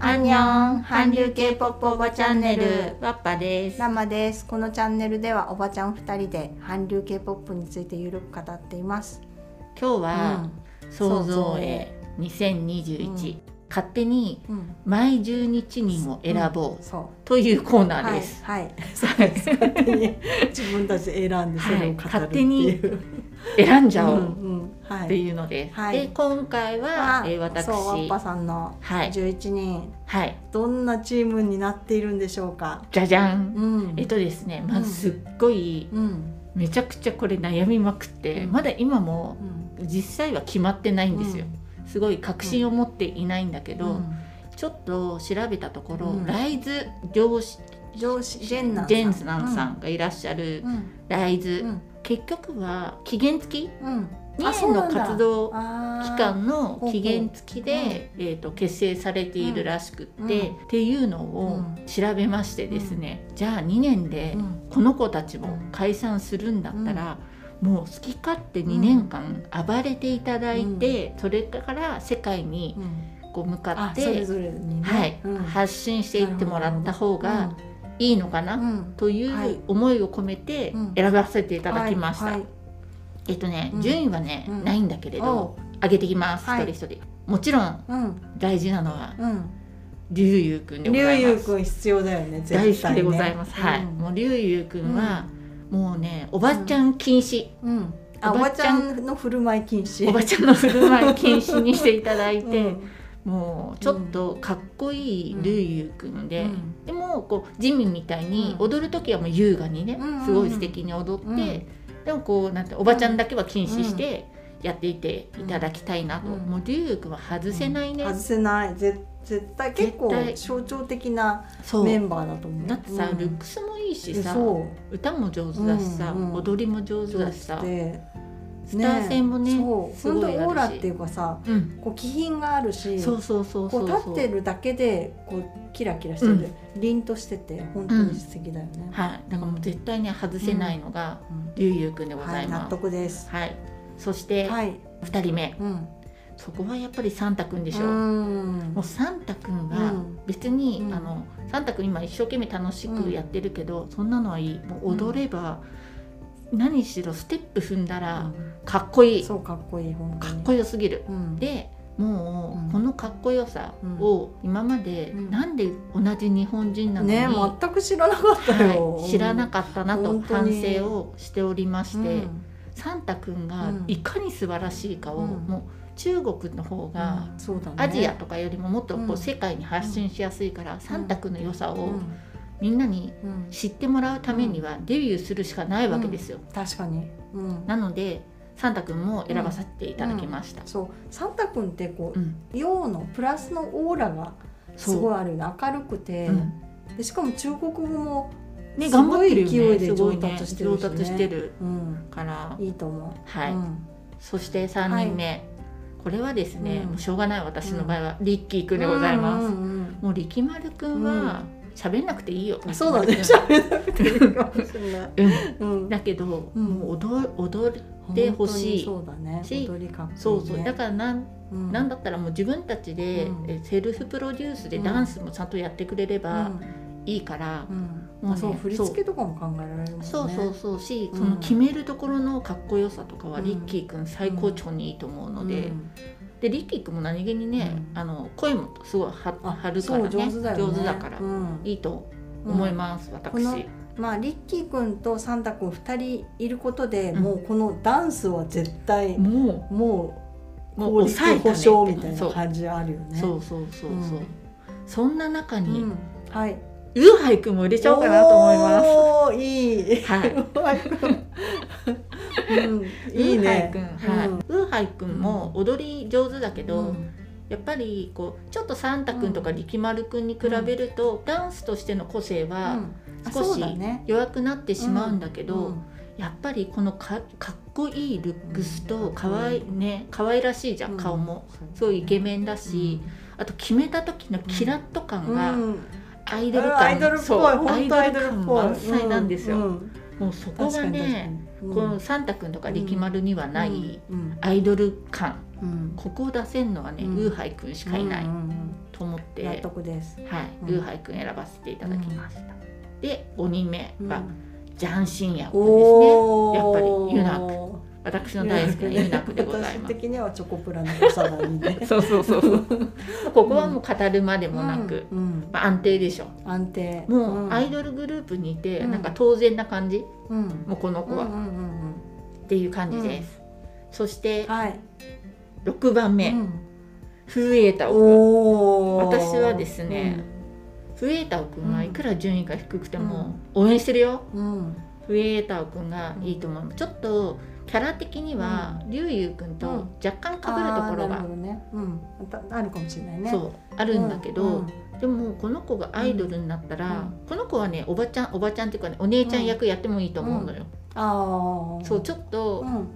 アンニョン韓流 K-POP おばチャンネルワッパですラマですこのチャンネルではおばちゃん2人で韓流 K-POP についてゆるく語っています今日は想創像造へへう2021、ん勝手にうん毎11人を選ぼうそというコーうナーはでいす、はいそう です勝手に 自分たちで選んでそれを語るっていう 選んじうゃおんううんはっていいうのです、はいで今回は、えー私そうわっぱはさんのい11人はいどんなチームになっているんでしょうかじゃじゃんうんえっとですねまずすっごいうんめちゃくちゃこれ悩みまくって、うんまだ今もうん実際は決まってないんですよ、すごい確信を持っていないんだけうど、んちょっと調べたところ、うんライズ上司上司ジェンナンさんジェンズナンさんがいらっしゃるうんライうズ、ん結局は期限付きうん2あそう年なのんだ活動期期間の期限付きほうほうで、えー、と結成されているらしくって、うんっていうのを調べましてですね、じゃあ2年でうんこの子たちも解散するんだったら、もう好き勝手2年間暴れていただいて、それから世界にうんこう向かあそっれて、ぞれにねはいうん発信していってもらった方がいいのかな、うんといはいう思いを込めてうん選ばせていただきました、はいはいえっとね、うん順位はね、うんないんだけれおど上げてきます、はい一人一人もちろんうん大事なのはうん龍優くんでござ龍い優ますくん必要だよね絶対大ね好きでございます、はい、うんもう龍優くんは、もうねおばちゃん禁止、うんあおおばばちちゃゃんんの振る舞い禁止おばちゃんの振る舞い禁止にしていただいて、うんもうちょっとかっこいい龍優くんで、うんでもこうジミンみたいにうん踊る時はもう優雅にね、うんうんうんすごい素敵に踊って、うんでもこうなんておばちゃんだけは禁止してやっていていただきたいなと、うんもう龍くんは外せないね、外せないぜ絶対結構絶対象徴的なそうメンバーだと思うだってさ、うんルックスもいいしえさそう歌も上手だしさ、うんうん踊りも上手だし上さ手、でスター性もねそうすごいある本し当オーラっていうかさうん、こう気品があるしそうそうそうこそうう立ってるだけでこうキラキラしてる、凛としてて本当に素敵だよね、はいだからもう絶対ね外せないのがうん龍優くんでごはざいい納ます、得ですはいそしてはい、 2人目、うん、そこはやっぱりサンタくんででしょ、うんもうサンタくうんはん別に、うんあのサンタくん今一生懸命楽しくやってるけど、そんなのはいいもう踊れば、何しろステップ踏んだらかっこいい、そうかっこいい本当かにっこよすぎる、うん、でもうんうこのかっこよさを今まで、うんなんで同じ日本人なのに、ね全く知らなかったよ、はい知らなくかったなと本当反に省をしておりまして、うんサンタくんがうんいかに素晴らしいかを、うんもう中国の方が、うんそうだねアジアとかよりももっとうこんう世界に発信しやすいから、サンタ君の良さうをんみんなにうん知ってもらうためにはデビューするしかないわけですよ、確かに、うん、なのでサンタ君も選ばさせていただきました、そうサンタ君ってこうんう陽のプラスのオーラがすそうごいあるよね明るくて、うんでしかも中国語もね、す頑張っごてるいよ勢いねですご上いね達してる上しね達してるうん、から、いいと思う。はいうんそして3人目、これはですね、うんもうしょうがない私の場合はリッキー君でございます、うんうんもう力丸君は喋んなくていいよ、うんそうだね。力喋らなくていいかもしれない。丸君ううんん、だけど、うんもう踊踊でで欲しいそうだね。し踊りかっこいいねそうそう、だからなんうんなんだったらもう自分たちで、うんえセルフプロデュースでうんダンスもちゃんとやってくれればいいから、うんうもんうあねそうそう振り付けとかも考えられるもんね。そうそうそうし、うんその決めるところのかっこよさとかはうんリッキーくん最高潮にいいと思うので、うんでリッキーくんも何気にね、うんあの声もすごいはあ張るからねそう上手だよね。上手だから、うんいいと思います、こ私の。まあリッキー君とサンタ君二人いることで、うんもうこのダンスは絶対、ももううもう効率抑えたね保証みたいそなう感じあるよね。そうそうそうそう、うんそんな中うに、んはい。ウーハイくんも入れちゃおうかなと思います。おーいい。はいうん、いいね。ウーハイくん、はいうんウーハイくんも踊り上手だけど、うんやっぱりこうちょっとサンタくんとか力丸くんに比べると、ダンスとしての個性うはんあ少そうしだね弱くなってしまうんだけど、うんやっぱりこのかかっこいいルックスとうんかわい,、ね、かわいらしいじゃん、うん顔もそうすごいイケメンだし、あと決めた時のキラッとう感んがうんアイドル感、アイドルっぽいそう本当アイドルっぽいアイドル感満載なんですよ、ううんもうそこ確がかに確かね、にうんこのサンタくんとか力丸にはないうんアイドル感、うんここを出せるのはね、うんウーハイくんしかいない、うんうんうんと思って、は納い、得です。うんルーハイくん選ばせていただきました。で、5人目うんがジャンシンヤくんですね。おやっぱりーユナッ私の大好きなユナクでございま私 す。。的にはチョコプラのおさらにねそうそうそうそう。 ここはもう語るまでもなく、うんうんまあ、安定でしょ。安定。もうアイル。ドルグループにいて、うんなんか当然な感じ、うん。もうこのう子んうは、んうんっていう感じです。そしうてん。はい。 6番目、うんフエタオくん。おお。私はですね。フエタオくんはうんいくら順位が低くても応援してるよ。うん。うん。フエタオくんがいいと思う。ちょっとキャラ的には、リュウユウくんうんと若干被るところあーなるがほ、どね。うん。またあるかもしれないね。。そううあるんだけど、うん。でもこの子がアイドルになったら、うんこの子はねおばちゃんおばちゃんっていうかねお姉ちゃん役やってもいいと思うのよ。ああ。そうちょっと、うん。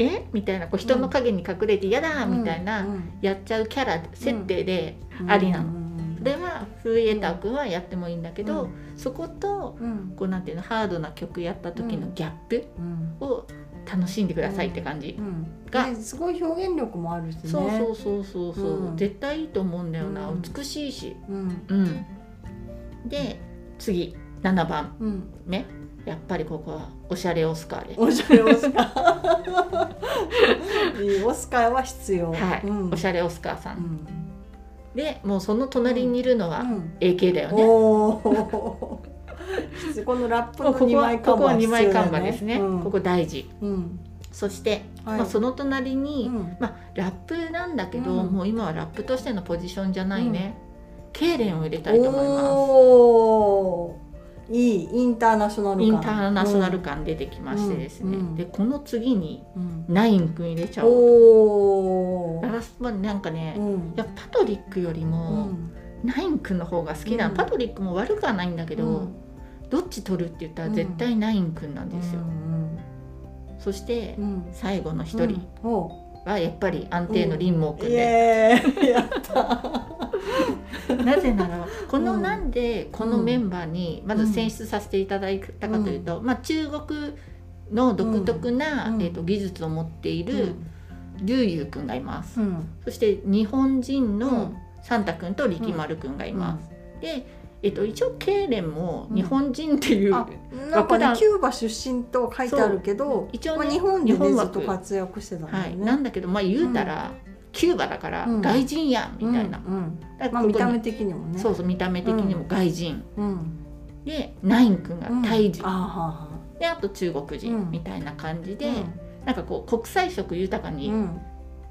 えみたいなこう人の影に隠れて嫌だみたいな、うん。やっちゃうキャラ設定で、うんありなの。うんではフエタ君はやってもいいんだけど、うんそことうん。こうなんていうのハードな曲やった時のギャップうん。を楽しんでくださいって感じう、ん。がねすごい表現力もあるしね。そうそうそうそうそう、うん絶対いいと思うんだよな、うん美しいしうん。うんで次7番うん。目やっぱりここはおしゃれオスカーでおしゃれオスカー。 いいオスカーは必要。はい、うん。おしゃれオスカーさ、うんん。でもうその隣にいるのうはん。 AK だよね、おお。必須このラップもうのこ二こ枚看は板ここは2枚必要看だ板ですね、うんここ大事うん。そして、はいまあ、その隣うに、んまあ、ラップなんだけど、うんもう今はラップとしてのポジションじゃないね、けいれんを入れたいと思いまおおーいいインターナショナル感すインターナショナル感出てきましてですね、うんうんでこの次にうん、うんナインくん入れちゃおうおおララスまあなんかね、うんいやパトリックよりも、ナインくんの方が好きな、うんパトリックも悪くはないんだけど、うんどっち取るって言ったらうん絶対ナインくんなんですよ、うんそして、うん最後の一人うんおはやっぱり安定のリンモウくんイで、エーイやったなぜならこのうんなんでこのメンバーにまず選出させていただいたかというと、まあ、中国の独特な、うんえー、と技術を持っている劉優くんがいます、うんそして日本人うんのサンタくんと力丸くんがいます、で、えー、と一応ケイレンもうん日本人っていう、あなんか普段ねキューバ出身と書いてあるけど一応ねまあ、日本で日本ねずっ枠と活躍してたんだはよい、ね、なんだけどまあ言うたら、キューバだからうん外人やんみたいな、うんうんまあ、だからここに見た目的にもねそうそう見た目的にも外人、うん、でナインくんがうんタイ人、あーはーはであと中う国ん人みたいな感じーで、なんかこう国際色豊かうんに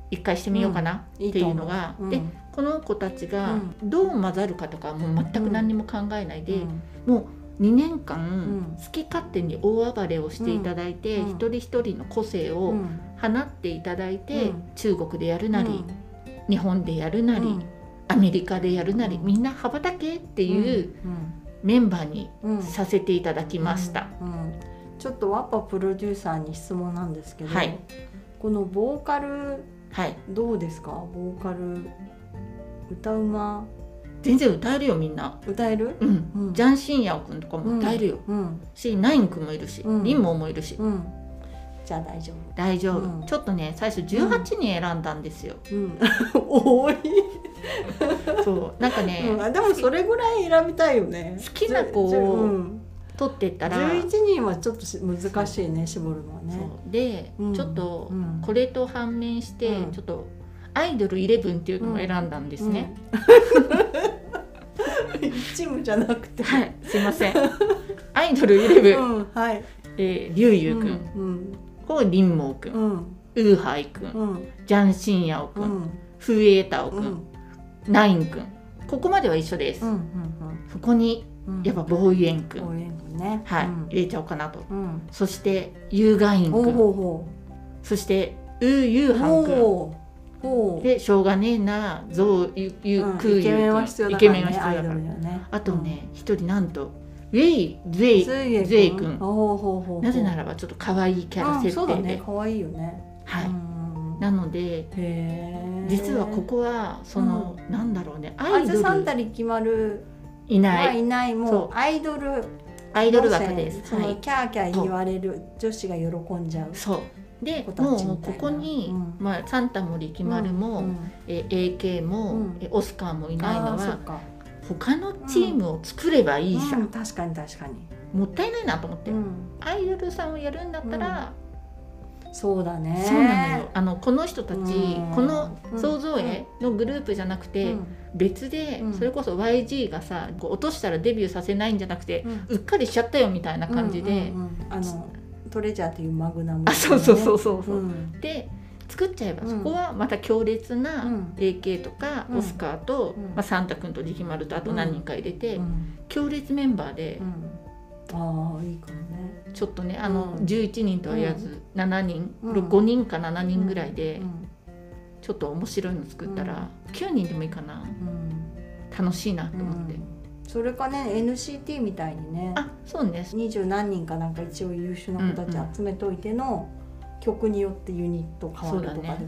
一回してみようかなうんっていうのが、うんでこの子たちうがんどう混ざるかとかはもう全く何にも考えないで、うんもう2年うん間好き勝手に大暴れをしていただいて、うん一人一人の個性うをん放っていただいて、うん中国でやるなり、日本でやるなり、うんアメリカでやるなり、うんみんな羽ばたけっていうメンバーにうんうんさせていただきました。うんうんちょっとワッパプロデューサーに質問なんですけど、はいこのボーカルはい、どうですかボーカル歌うま全然歌えるよみんな。歌えるうんうんジャン・シンヤオくんとかも歌えるよ、うんしナインくんもいるし、うんリンモウもいるし、うんじゃあ大丈大丈夫、うんちょっとね最初18人選んだんですよ、夫、うん 多い、そうなんかね、うんあでもそれぐらい選びたいよね好きな子をじゅじゅうん取ってったら、 11人はちょっとし難しいね絞るのはねそうで、うんちょっとうんこれと反面して、うんちょっとアイドルイレブンっていうのも選んだんですね、うん。チームじゃなくて。はいすいませんアイドルイレブン、うん、はい。えー、リュウユウくん、うん、こうリンモウくん、うウん、ーハイくん、うん、ジャン・シンヤオく、うんん、フエータオく、うんん、ナインくんここまでは一緒です、うん、そこにうん。やっぱボーイエンくん、応援軍ね。はい、うん入れちゃおうかなとうん。そしてユーガインほうくんほうほそしてウーユーう。ハンくほう。ほんう。でしょうがねえなゾウユユうん、クーユーくんイケメンは必要だイかケらメンはね。必ア要イだドからルにはね。あとね一人なんとウェイゼうん。イズイエズイエ君ほうほうほう。なぜなららばちょっと可愛いキキャラ設そうだ定で、ね。可愛いよね。はい、うんなのでへえ。実はこ。こはその、なんだろうねアアイイドズサンルタリ決まるいはないいないそもううアイドルアイドル枠ですそはのいキャーキャー言われる女子が喜んじゃうそうで子たちみたいなもうここに、うんまあ、サンタも力丸も、うんえ AK も、うんえオスカーもいないあのあそはっか他のチームを作ればいいじゃん、うん確かに確かに、もったいないなと思って、うん、アイドルさんをやるんだったら、そうだねそうなのよあのこの人たち、うんこの創造営のグループじゃなくて、別で、うんそれこそ YG がさこう落としたらデビューさせないんじゃなくて、ううんっかりしちゃったよみたいな感じで、うんうんうんあのトレジャーというマグナム、あそうそうそうそうそうう、んで作っちゃえば、うんそこはまた強烈なうん AK とか、うんオスカーと、うんまあ、サンタ君と力丸とあと何人か入れて、うん強烈メンバーでう、んああいいかもねちょっとねあの、うん11人とは言わず、7人、うん5人か7人ぐらいで、うんちょっと面白いの作ったら、9人でもいいかなうん楽しいなとう思って、んそれかね NCT みたいにねあそうね二十何人かなんか一応優秀な子たうんうち集めといての曲によってユニット変わるそとうだかねで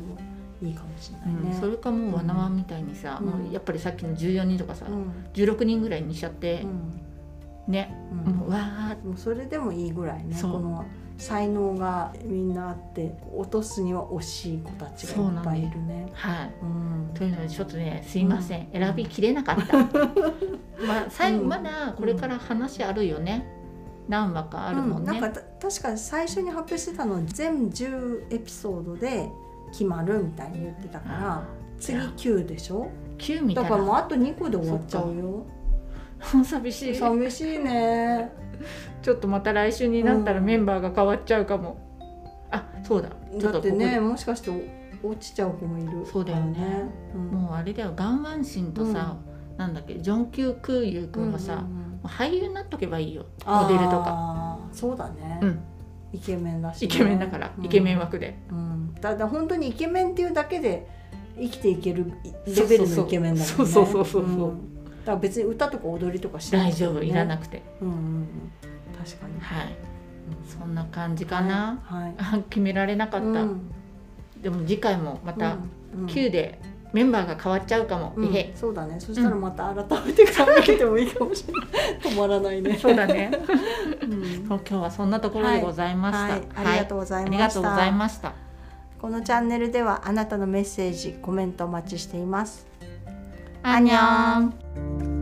もいいかもしれなういん、そね。れかもうわなわみたいにさ、うんもうやっぱりさっきの14人とかさ、うん16人ぐらいにしちゃってう、んね、うんもうわーもうそれでもいいぐらいねこそうの才能がみんなあって落とすには惜しい子たちがいっぱいいるね。はいうんというのでちょっとねすいません、選びきれなか ったまあ最後うんまだこれから話あるよね、何話かあるもんね、うん、なんかた確か最初に発表してたの全10エピソードで決まるみたいに言ってたから次いや9でしょ9みただいからもうなあと2個で終わっちゃうよ 寂しい寂しいねちょっとまた来週になったらうんメンバーが変わっちゃうかも、あそうだちょっだっとここてでねもしかしてお落ちちゃう子もいるそうだよねうんもうあれだよガンワンシンとさ、なんだっけジョン・キュー・クーユー君はさ、うんもうんうんう俳優になっとけばいいよモデルとか、あーそうだね、うん、イケメンだしね、イケメンだから、うんイケメン枠でうん、だだ本当にイケメンっていうだけで生きていけるレベルのイケメンだもんねそうそうそうそうそうそうそうんだから別に歌とか踊りとかしな大いけ丈どね、夫いらなくて、うんうんうん確かにはいそんな感じかな、はい、はい、あ 決められなかった、うんでも次回もまたうんうん9でメンバーが変わっちゃうかも、うんえへそうだねそしたらまた改めて考えてもいいかもしれない止まら ないねそうだねうん今日はそんなところでございました、はい、ありがとうござはいいありまがした。とうございましたこのチャンネルではあなたのメッセージ、コメントお待ちしています。アンニョン